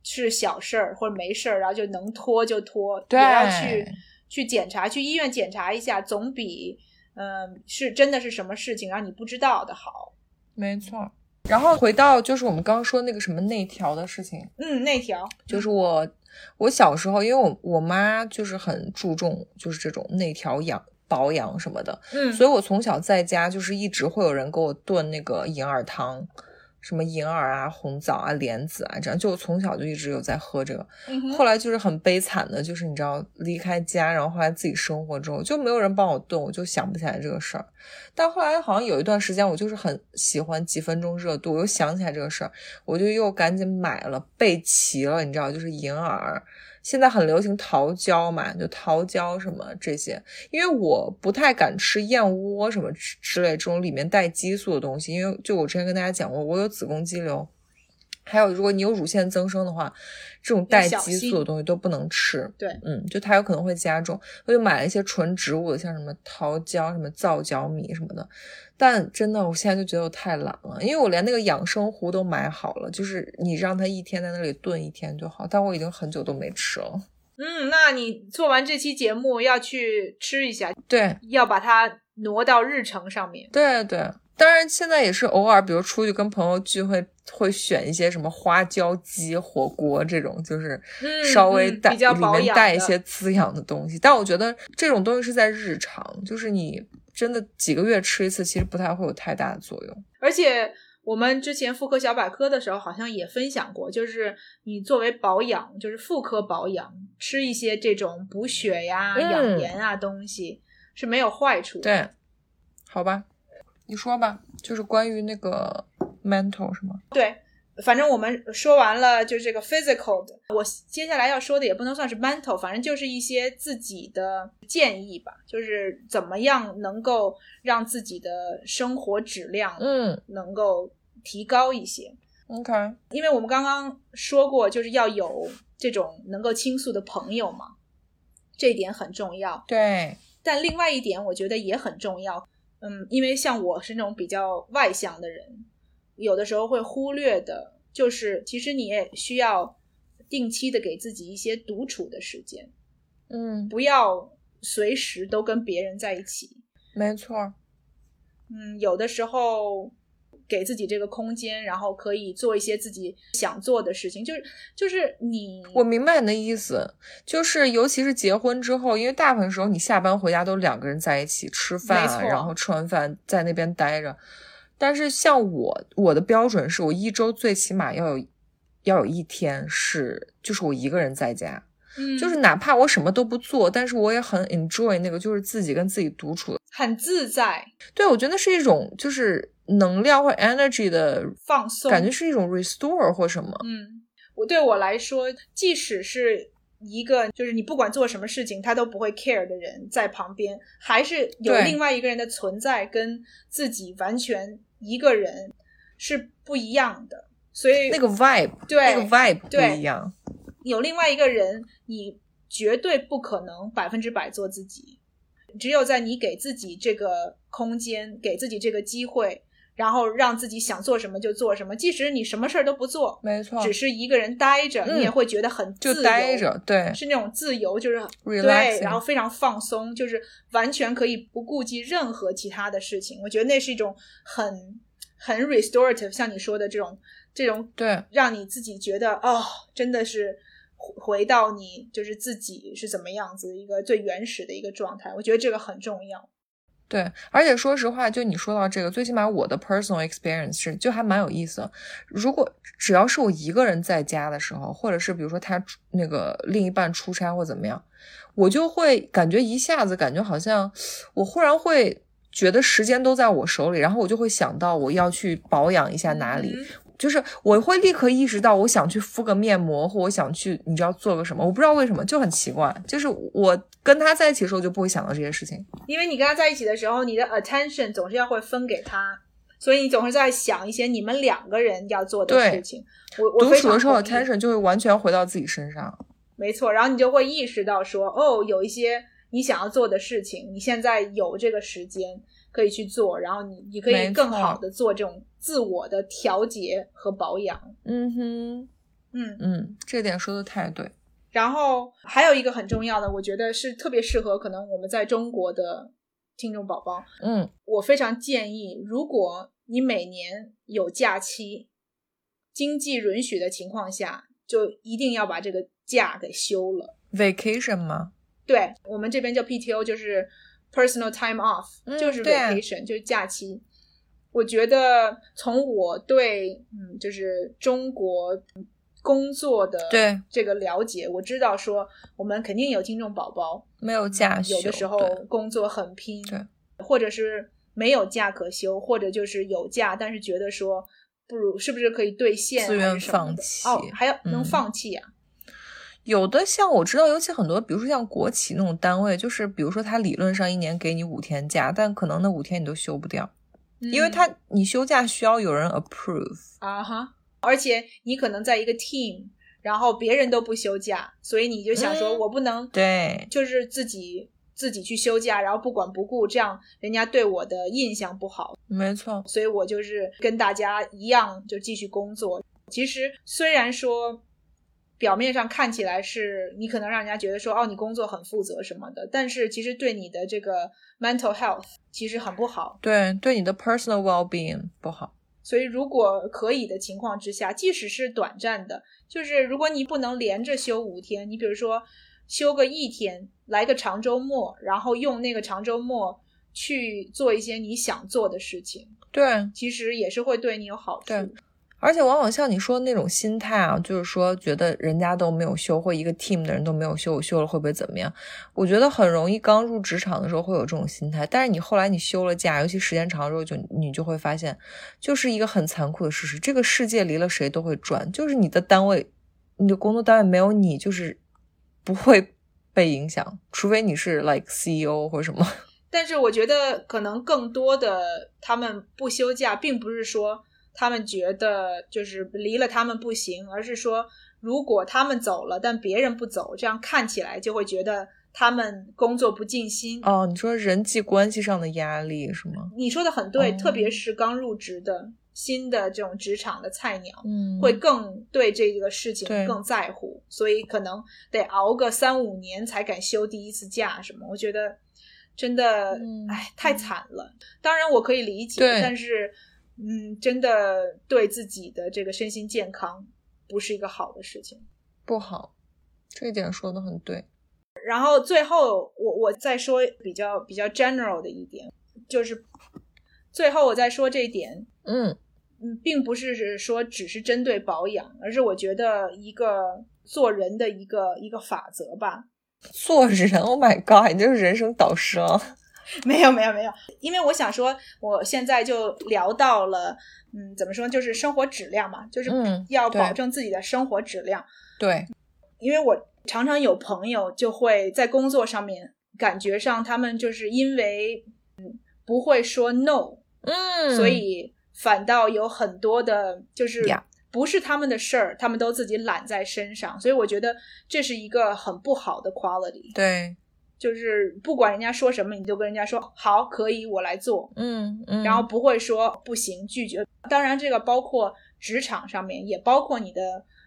是小事儿或者没事儿，然后就能拖就拖，
对
也要去去检查，去医院检查一下，总比嗯、是真的是什么事情让你不知道的好。
没错。然后回到就是我们刚刚说那个什么内调的事情，
嗯，那条
就是我我小时候，因为我我妈就是很注重就是这种内调养保养什么的，
嗯，
所以我从小在家就是一直会有人给我炖那个银耳汤，什么银耳啊、红枣啊、莲子啊，这样就我从小就一直有在喝这个。
嗯哼
后来就是很悲惨的，就是你知道离开家，然后后来自己生活之后就没有人帮我炖，我就想不起来这个事儿。但后来好像有一段时间，我就是很喜欢几分钟热度，我又想起来这个事儿，我就又赶紧买了备齐了，你知道，就是银耳。现在很流行桃胶嘛，就桃胶什么这些，因为我不太敢吃燕窝什么之之类这种里面带激素的东西，因为就我之前跟大家讲过，我有子宫肌瘤，还有如果你有乳腺增生的话，这种带
要小
激
心
素的东西都不能吃。
对
嗯，就它有可能会加重。我就买了一些纯植物的，像什么桃胶、什么皂角米什么的。但真的，我现在就觉得我太懒了，因为我连那个养生壶都买好了，就是你让它一天在那里炖一天就好。但我已经很久都没吃了。
嗯，那你做完这期节目要去吃一下，
对，
要把它挪到日程上面。
对对，当然现在也是偶尔，比如出去跟朋友聚会，会选一些什么花椒鸡火锅这种，就是
嗯
稍微
嗯
带、
比较
里
保
面
养
带一
的
些滋养的东西。但我觉得这种东西是在日常，就是你真的几个月吃一次，其实不太会有太大的作用。
而且我们之前妇科小百科的时候，好像也分享过，就是你作为保养，就是妇科保养，吃一些这种补血呀、
嗯
养颜啊东西是没有坏处的。
对，好吧，你说吧，就是关于那个 mental 是吗？
反正我们说完了，就是这个 physical 的，我接下来要说的也不能算是 mental，反正就是一些自己的建议吧，就是怎么样能够让自己的生活质量
嗯
能够提高一些。
，OK，
因为我们刚刚说过，就是要有这种能够倾诉的朋友嘛，这一点很重要。
对，
但另外一点，我觉得也很重要。嗯，因为像我是那种比较外向的人，有的时候会忽略的，就是其实你也需要定期的给自己一些独处的时间，
嗯，
不要随时都跟别人在一起。
没错，
嗯，有的时候给自己这个空间，然后可以做一些自己想做的事情，就是就是你
我明白你的意思，就是尤其是结婚之后，因为大部分时候你下班回家都两个人在一起吃饭
没
啊，
错
然后吃完饭在那边待着。但是像我，我的标准是我一周最起码要有要有一天是就是我一个人在家，
嗯
就是哪怕我什么都不做，但是我也很 enjoy 那个就是自己跟自己独处的。
很自在
对，我觉得是一种就是能量或 energy 的
放松，
感觉，是一种 restore 或什么。
嗯，我对我来说，即使是一个就是你不管做什么事情，他都不会 care 的人在旁边，还是有
对
另外一个人的存在跟自己完全一个人是不一样的。所以
那个 vibe，
对
那个 vibe 不
对
一样。
有另外一个人，你绝对不可能百分之百做自己。只有在你给自己这个空间，给自己这个机会，然后让自己想做什么就做什么，即使你什么事儿都不做，
没错，
只是一个人待着，
嗯
你也会觉得很自由
就待，着，对
是那种自由，就是对，
，relaxing，
然后非常放松，就是完全可以不顾及任何其他的事情。我觉得那是一种很很 restorative，像你说的这种这种
对
让你自己觉得哦，真的是回回到你就是自己是怎么样子一个最原始的一个状态。我觉得这个很重要。
对，而且说实话，就你说到这个，最起码我的 personal experience 是就还蛮有意思的。如果只要是我一个人在家的时候，或者是比如说他出那个另一半出差或怎么样，我就会感觉一下子感觉好像我忽然会觉得时间都在我手里，然后我就会想到我要去保养一下哪里，
嗯
就是我会立刻意识到，我想去敷个面膜，或我想去，你知道做个什么，我不知道为什么，就很奇怪。就是我跟他在一起的时候就不会想到这些事情。
因为你跟他在一起的时候，你的 attention 总是要会分给他，所以你总是在想一些你们两个人要做的
对
事情。我我
独
非
处的
常
时候
同意
，attention 就会完全回到自己身上。
没错，然后你就会意识到说，哦，有一些你想要做的事情，你现在有这个时间可以去做，然后你你可
没
以
错
更好的做这种自我的调节和保养。
嗯哼，
嗯，
嗯，这点说的太对。
然后还有一个很重要的，我觉得是特别适合可能我们在中国的听众宝宝，
嗯，
我非常建议，如果你每年有假期，经济允许的情况下，就一定要把这个假给休了。
vacation 吗？
对我们这边叫 PTO，就是 personal time off，、
嗯
就是
对啊
vacation，就是假期。我觉得从我对嗯，就是中国工作的
对
这个了解，我知道说我们肯定有听众宝宝，
没有假休，
嗯有的时候
对
工作很拼，
对，
或者是没有假可休，或者就是有假，但是觉得说不如是不是可以兑现
自
还
愿
是什么
放
的
弃
哦，还要能
嗯
放弃啊呀、
有的像我知道，尤其很多，比如说像国企那种单位，就是比如说他理论上一年给你五天假，但可能那五天你都休不掉，因为
嗯
他你休假需要有人 approve。
啊哈，而且你可能在一个 team，然后别人都不休假，所以你就想说，
嗯
我不能，
对
就是自己自己去休假，然后不管不顾，这样人家对我的印象不好，
没错，
所以我就是跟大家一样就继续工作。其实虽然说表面上看起来是你可能让人家觉得说哦你工作很负责什么的，但是其实对你的这个 mental health 其实很不好。
对对，你的 personal well being 不好。
所以，如果可以的情况之下，即使是短暂的，就是如果你不能连着休五天，你比如说休个一天，来个长周末，然后用那个长周末去做一些你想做的事情，
对，
其实也是会对你有好处。
对而且往往像你说的那种心态啊，就是说觉得人家都没有休，或一个 team 的人都没有休，我休了会不会怎么样？我觉得很容易刚入职场的时候会有这种心态，但是你后来你休了假，尤其时间长了之后就，你就会发现，就是一个很残酷的事实，这个世界离了谁都会转，就是你的单位，你的工作单位没有你，就是不会 被影响，除非你是 like CEO 或者什么。
但是我觉得，可能更多的他们不休假，并不是说他们觉得就是离了他们不行，而是说如果他们走了，但别人不走，这样看起来就会觉得他们工作不尽心。
哦，你说人际关系上的压力是吗？
你说的很对，
哦
特别是刚入职的新的这种职场的菜鸟，
嗯，
会更对这个事情
对
更在乎，所以可能得熬个三五年才敢休第一次假什么。我觉得真的，
嗯
哎、太惨了。当然我可以理解，
对
但是，嗯，真的对自己的这个身心健康不是一个好的事情。
不好，这一点说的很对。
然后最后我我再说比较比较 general 的一点，就是最后我再说这一点，
嗯，
嗯，并不是是说只是针对保养，而是我觉得一个做人的一个一个法则吧。
做人，Oh my God，你就是人生导师啊了。
没有，没有，没有，因为我想说，我现在就聊到了，嗯，怎么说，就是生活质量嘛，就是
嗯
要
对
保证自己的生活质量。
对，
因为我常常有朋友就会在工作上面感觉上，他们就是因为嗯不会说 no，
嗯
所以反倒有很多的，就是
Yeah
不是他们的事儿，他们都自己揽在身上，所以我觉得这是一个很不好的 quality，
对，
就是不管人家说什么，你就跟人家说好，可以，我来做，
嗯嗯，
然后不会说不行拒绝。当然，这个包括职场上面，也包括你的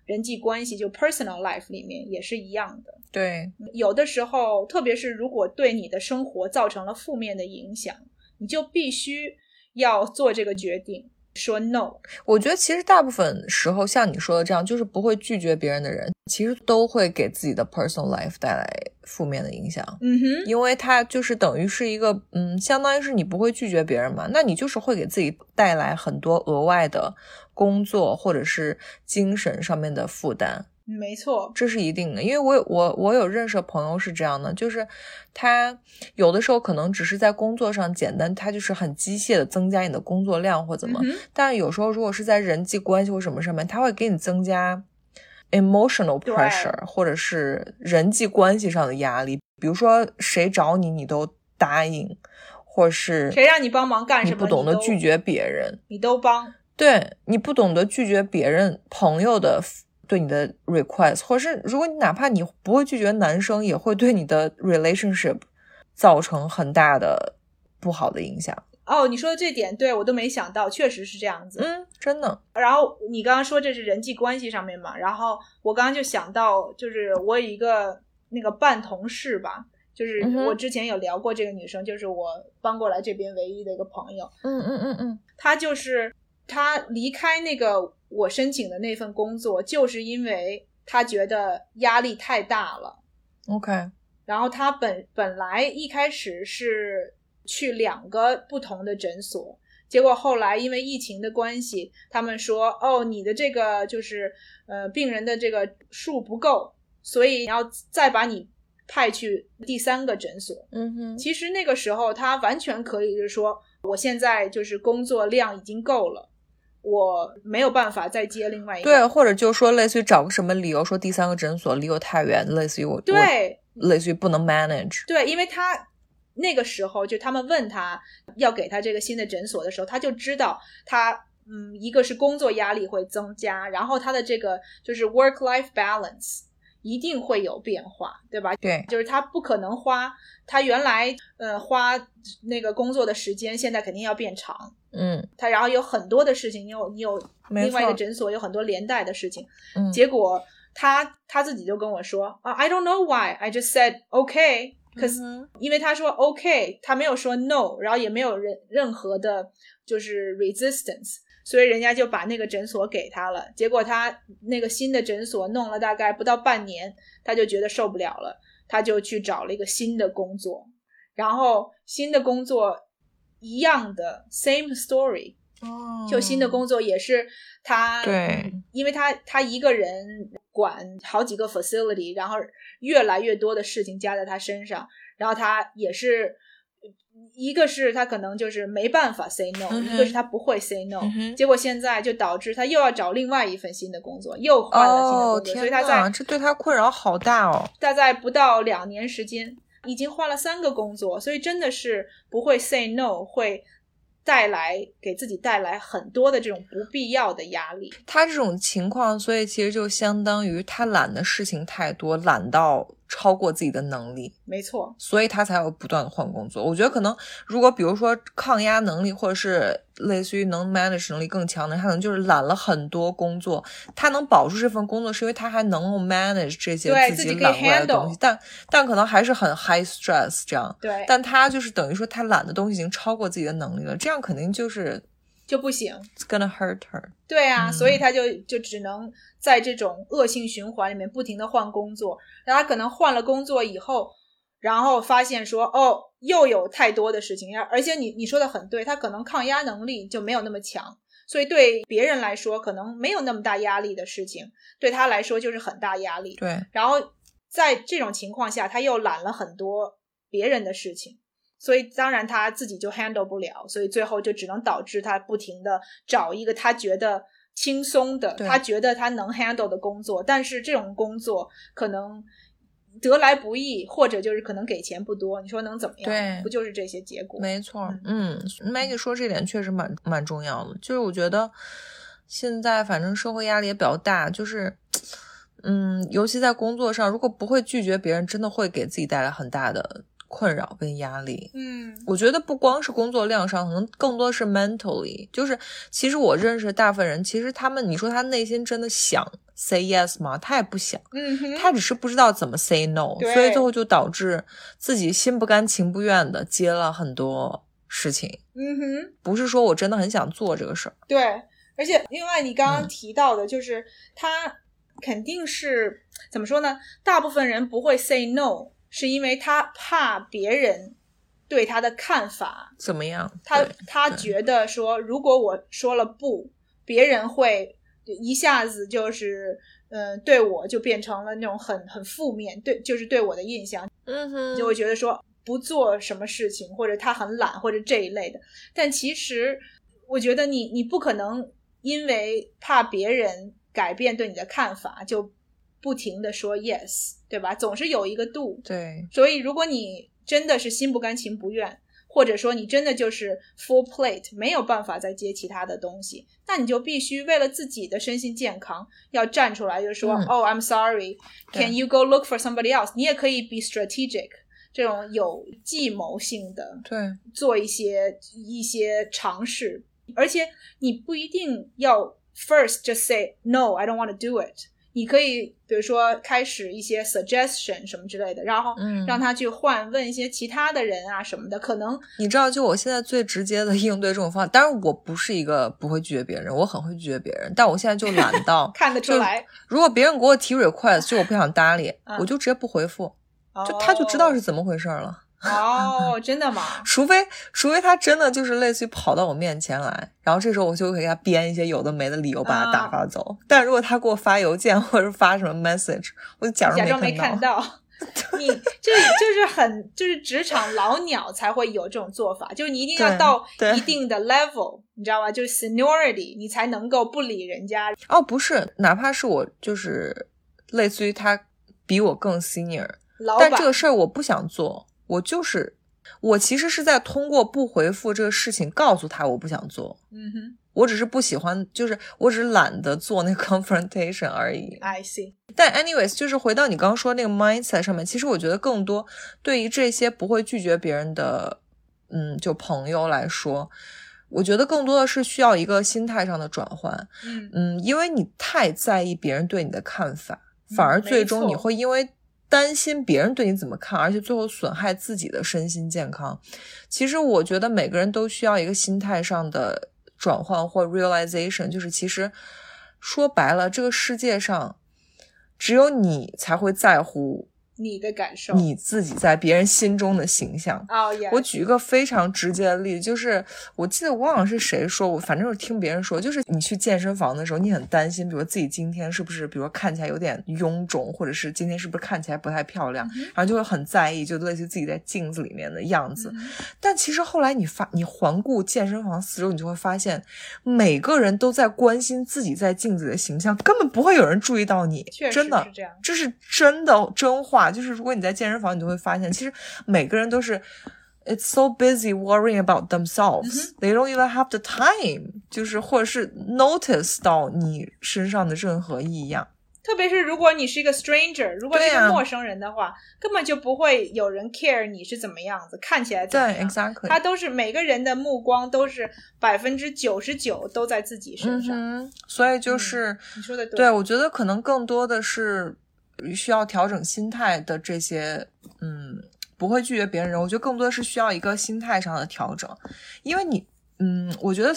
人际关系，就 personal life 里面也是一样的。
对，
有的时候，特别是如果对你的生活造成了负面的影响，你就必须要做这个决定，说 no。
我觉得其实大部分时候像你说的这样，就是不会拒绝别人的人，其实都会给自己的 personal life 带来负面的影响。
嗯哼，
因为它就是等于是一个，嗯，相当于是你不会拒绝别人嘛，那你就是会给自己带来很多额外的工作或者是精神上面的负担，
没错，
这是一定的。因为我有我我有认识的朋友是这样的，就是他有的时候可能只是在工作上简单，他就是很机械的增加你的工作量或怎么，
嗯哼
但有时候如果是在人际关系或什么上面，他会给你增加 emotional
对
pressure，或者是人际关系上的压力。比如说谁找你，你都答应，或是
谁让你帮忙干什
你
么，
不懂得
你都
拒绝别人，
你都帮。
对你不懂得拒绝别人朋友的 f- 对你的 request，或是如果你哪怕你不会拒绝男生，也会对你的 relationship 造成很大的不好的影响。
哦，你说的这点，对我都没想到，确实是这样子。
嗯，真的，
然后你刚刚说这是人际关系上面嘛，然后我刚刚就想到，就是我有一个那个半同事吧，就是
嗯哼
我之前有聊过这个女生，就是我搬过来这边唯一的一个朋友，
嗯嗯嗯嗯，
她就是她离开那个我申请的那份工作，就是因为她觉得压力太大了。
OK，
然后她本本来一开始是去两个不同的诊所，结果后来因为疫情的关系，他们说哦，你的这个就是呃病人的这个数不够，所以要再把你派去第三个诊所。
嗯哼，
其实那个时候他完全可以就是说，我现在就是工作量已经够了，我没有办法再接另外一个。
对，或者就说类似于找个什么理由说第三个诊所离我太远，类似于我我
对，
类似于不能 manage。
对，因为他那个时候就他们问他要给他这个新的诊所的时候，他就知道他嗯，一个是工作压力会增加，然后他的这个就是 work life balance 一定会有变化，对吧？
对，
就是他不可能花他原来呃花那个工作的时间，现在肯定要变长。
嗯
他然后有很多的事情，你有你有
没
另外一个
错
诊所有很多连带的事情，
嗯，
结果他他自己就跟我说啊、i don't know why, I just said okay,
嗯
cause、因为他说 OK，他没有说 No，然后也没有任任何的，就是 resistance，所以人家就把那个诊所给他了。结果他那个新的诊所弄了大概不到半年，他就觉得受不了了，他就去找了一个新的工作，然后新的工作一样的 same story，就新的工作也是他
哦对，
因为他他一个人管好几个 facility，然后越来越多的事情加在他身上，然后他也是一个是他可能就是没办法 say no，、
嗯哼
一个是他不会 say no，、
嗯哼
结果现在就导致他又要找另外一份新的工作，又换了新的
哦
工作，所以
天
他
呐，
在
这对他困扰好大哦。
大概不到两年时间，已经换了三个工作，所以真的是不会 say no 会带来给自己带来很多的这种不必要的压力。
他这种情况，所以其实就相当于他懒的事情太多，懒到超过自己的能力，
没错，
所以他才有不断的换工作。我觉得可能如果比如说抗压能力或者是类似于能 manage 能力更强的人，他可能就是懒了很多工作，他能保住这份工作，是因为他还能够 manage 这些
对
自
自己可以
揽过来的东
handle
西，但但可能还是很 high stress 这样。
对，
但他就是等于说他懒的东西已经超过自己的能力了，这样肯定就是
就不行。
it's gonna hurt her。
对啊，
嗯
所以他就就只能在这种恶性循环里面不停的换工作，然后他可能换了工作以后，然后发现说哦，又有太多的事情，要而且你你说的很对，他可能抗压能力就没有那么强，所以对别人来说可能没有那么大压力的事情，对他来说就是很大压力。
对，
然后在这种情况下，他又揽了很多别人的事情，所以当然他自己就 handle 不了，所以最后就只能导致他不停的找一个他觉得轻松的，
对
他觉得他能 handle 的工作，但是这种工作可能得来不易，或者就是可能给钱不多，你说能怎么样？
对
不就是这些结果？
没错，嗯，Maggie 说这点确实蛮蛮重要的，就是我觉得现在反正社会压力也比较大，就是，嗯，尤其在工作上，如果不会拒绝别人，真的会给自己带来很大的困扰跟压力。
嗯
我觉得不光是工作量上，可能更多是 mentally，就是其实我认识的大部分人，其实他们，你说他内心真的想 say yes 吗？他也不想。
嗯哼，
他只是不知道怎么 say no，
对
所以最后就导致自己心不甘情不愿的接了很多事情。
嗯哼。
不是说我真的很想做这个事儿，
对，而且另外你刚
嗯
刚提到的，就是他肯定是怎么说呢？大部分人不会 say no，是因为他怕别人对他的看法，
怎么样？
他
对
他
对
觉得说，如果我说了不，别人会一下子就是。嗯，对我就变成了那种很很负面，对，就是对我的印象，
嗯哼，
就会觉得说不做什么事情，或者他很懒，或者这一类的。但其实，我觉得你你不可能因为怕别人改变对你的看法，就不停的说 yes，对吧？总是有一个度。
对
所以，如果你真的是心不甘情不愿，或者说你真的就是 full plate，没有办法再接其他的东西，那你就必须为了自己的身心健康要站出来，就是说，
嗯
哦、i m sorry，can
对
you go look for somebody else？你也可以 be strategic，这种有计谋性的
对，
做一些一些尝试，而且你不一定要 first just say no，I don't want to do it。你可以比如说开始一些 suggestion 什么之类的，然后
嗯
让他去换问一些其他的人啊什么的，可能，
你知道，就我现在最直接的应对这种方法，当然我不是一个不会拒绝别人，我很会拒绝别人，但我现在就懒到
看得出来，
如果别人给我提 request，就我不想搭理，
啊
我就直接不回复，就
哦
他就知道是怎么回事儿了。
哦，真的吗？
除非除非他真的就是类似于跑到我面前来，然后这时候我就会给他编一些有的没的理由
啊
把他打发走。但如果他给我发邮件 或者是发什么 message，我就假
假装
没
没看
到。
到。 你这就是很就是职场老鸟才会有这种做法，就是你一定要
对
到
对
一定的 level，你知道吗？就是 seniority，你才能够不理人家。
哦，不是，哪怕是我就是类似于他比我更 senior，
老板
但这个事儿我不想做，我就是我其实是在通过不回复这个事情告诉他我不想做。
嗯哼
我只是不喜欢，就是我只是懒得做那 confrontation 而已。
，I see，
但 anyways，就是回到你刚刚说那个 mindset 上面，其实我觉得更多对于这些不会拒绝别人的，嗯，就朋友来说，我觉得更多的是需要一个心态上的转换，
嗯
嗯，因为你太在意别人对你的看法，反而
嗯没
最终你
错
会因为担心别人对你怎么看，而且最后损害自己的身心健康。其实我觉得每个人都需要一个心态上的转换或 realization，就是其实说白了，这个世界上只有你才会在乎
你的感受，
你自己在别人心中的形象。
哦耶，
我举一个非常直接的例子，就是我记得我忘了是谁说，我反正就是听别人说，就是你去健身房的时候，你很担心，比如自己今天是不是，比如说看起来有点臃肿，或者是今天是不是看起来不太漂
嗯
亮，然后就会很在意，就类似自己在镜子里面的样子。
嗯
但其实后来你发你环顾健身房四周，你就会发现，每个人都在关心自己在镜子的形象，根本不会有人注意到你
确。实
真的
是，这样，
这是真的真话。就是如果你在健身房，你就会发现，其实每个人都是。It's so busy worrying about
嗯
themselves,、they don't even have the time，就是或者是 notice 到你身上的任何异样。
特别是如果你是一个 stranger，如果是一
对啊
个陌生人的话，根本就不会有人 care 你是怎么样子，看起来怎
对
么样。
，exactly。
啊他都是每个人的目光都是百分之九十九都在自己身
嗯
上。
哼，所以就
嗯
是、
你说的
对，我觉得可能更多的是需要调整心态的这些，嗯，不会拒绝别人，我觉得更多的是需要一个心态上的调整，因为你，嗯，我觉得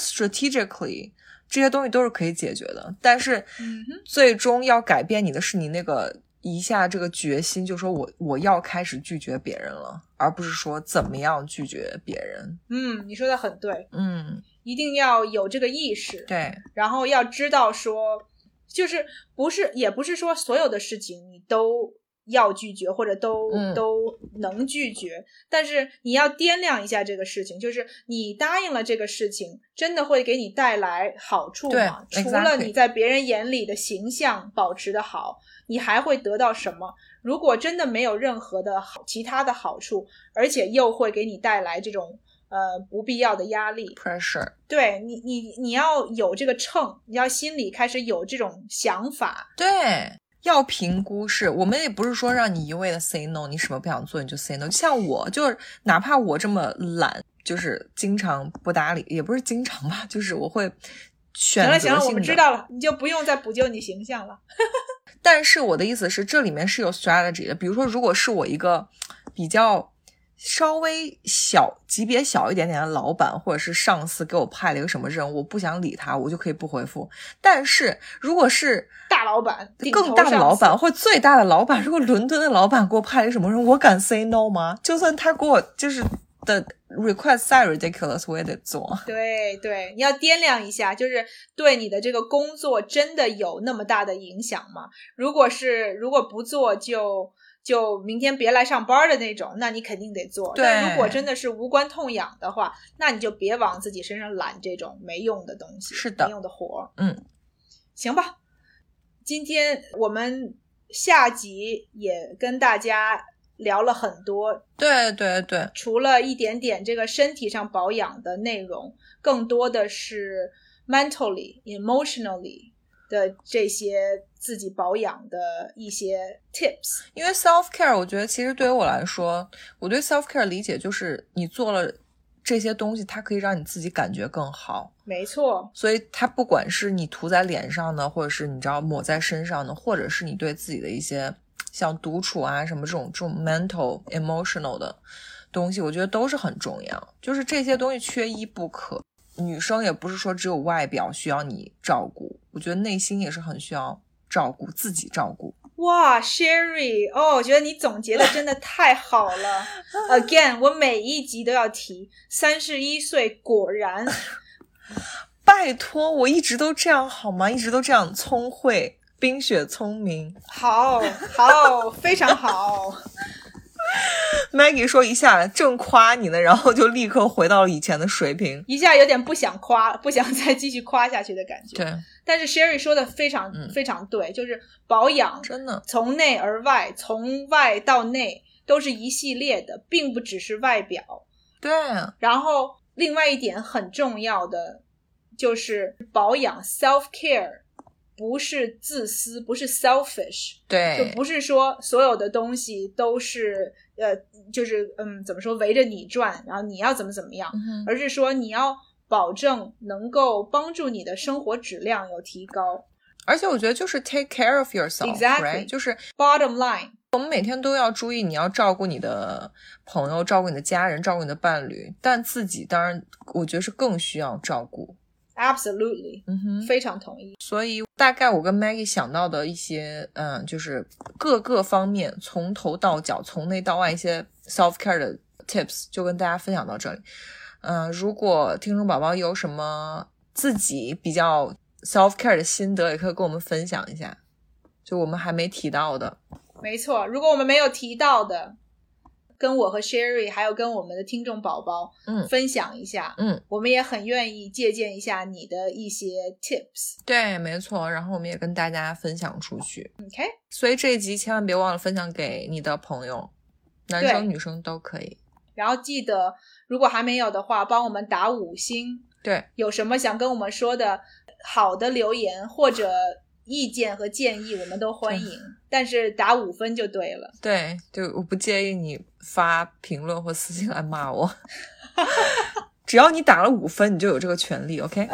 strategically 这些东西都是可以解决的，但是
嗯哼
最终要改变你的是你那个一下这个决心，就说我我要开始拒绝别人了，而不是说怎么样拒绝别人。
嗯，你说的很对，
嗯，
一定要有这个意识，
对，
然后要知道说，就是不是也不是说所有的事情你都要拒绝或者都、
嗯
都能拒绝，但是你要掂量一下这个事情，就是你答应了这个事情，真的会给你带来好处吗？
对
除了
exactly
你在别人眼里的形象保持的好，你还会得到什么？如果真的没有任何的好其他的好处，而且又会给你带来这种呃不必要的压力，
pressure，
对你，你你要有这个秤，你要心里开始有这种想法，
对，要评估是我们也不是说让你一味的 say no，你什么不想做你就 say no。像我就是哪怕我这么懒，就是经常不搭理，也不是经常吧，就是我会选
行
择
了
性
行了，我
地
们知道了，你就不用再补救你形象了。
但是我的意思是，这里面是有 strategy 的。比如说，如果是我一个比较稍微小级别小一点点的老板或者是上司给我派了一个什么任务，我不想理他，我就可以不回复。但是如果是
大老板，顶头
更大的
上
老
司
板或最大的老板，如果伦敦的老板给我派了一个什么任务，我敢 say no 吗？就算他给我就是的 request 再 ridiculous，我也得做。
对对，你要掂量一下，就是对你的这个工作真的有那么大的影响吗？如果是，如果不做就就明天别来上班的那种，那你肯定得做。
对
但如果真的是无关痛痒的话，那你就别往自己身上揽这种没用的东西，
是的
没用的活儿。
嗯，
行吧，今天我们下集也跟大家聊了很多
对对对，
除了一点点这个身体上保养的内容，更多的是 mentally、emotionally 的这些自己保养的一些 tips。
因为 self care，我觉得其实对于我来说，我对 self care 理解就是你做了这些东西，它可以让你自己感觉更好。
没错，
所以它不管是你涂在脸上的，或者是你知道抹在身上的，或者是你对自己的一些像独处啊什么这种这种 mental emotional 的东西，我觉得都是很重要。就是这些东西缺一不可。女生也不是说只有外表需要你照顾，我觉得内心也是很需要照顾自己照顾。
哇，Sherry，哦，我觉得你总结的真的太好了。Again，我每一集都要提，三十一岁果然
拜托，我一直都这样好吗？一直都这样聪慧、冰雪聪明。
好，好，非常好。
Maggie 说一下正夸你呢，然后就立刻回到了以前的水平。
一下有点不想夸，不想再继续夸下去的感觉。
对，
但是 Sherry 说的非常、
嗯
非常对，就是保养
真的，
从内而外，从外到内都是一系列的，并不只是外表。
对，啊
然后另外一点很重要的就是保养 self care，不是自私，不是 selfish，就
对，
不是说所有的东西都是呃，就是嗯，怎么说围着你转，然后你要怎么怎么样。
嗯哼
而是说你要保证能够帮助你的生活质量有提高。
而且我觉得就是 take care of yourself，right？、
Exactly
就是
Bottom line，
我们每天都要注意，你要照顾你的朋友，照顾你的家人，照顾你的伴侣，但自己当然，我觉得是更需要照顾。
absolutely，、
嗯哼。
非常同意。
大概我跟 Maggie 想到的一些，嗯，就是各个方面，从头到脚，从内到外一些 self care 的 tips，就跟大家分享到这里。嗯，如果听众宝宝有什么自己比较 self care 的心得，也可以跟我们分享一下，就我们还没提到的。
没错，如果我们没有提到的，跟我和 Sherry 还有跟我们的听众宝宝，
嗯
分享一下，
嗯，
我们也很愿意借鉴一下你的一些 tips。
对，没错。然后我们也跟大家分享出去，
OK，
所以这一集千万别忘了分享给你的朋友，男
对
生女生都可以。
然后记得，如果还没有的话，帮我们打五星。
对，
有什么想跟我们说的好的留言或者意见和建议，我们都欢迎。
嗯
但是打五分就对了。
对，就我不介意你发评论或私信来骂我， 只要你打了五分，你就有这个权利。OK，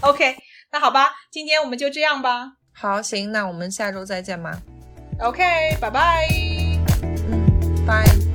OK，那好吧，今天我们就这样吧。
好，行，那我们下周再见吧。
OK，拜拜。
嗯，拜。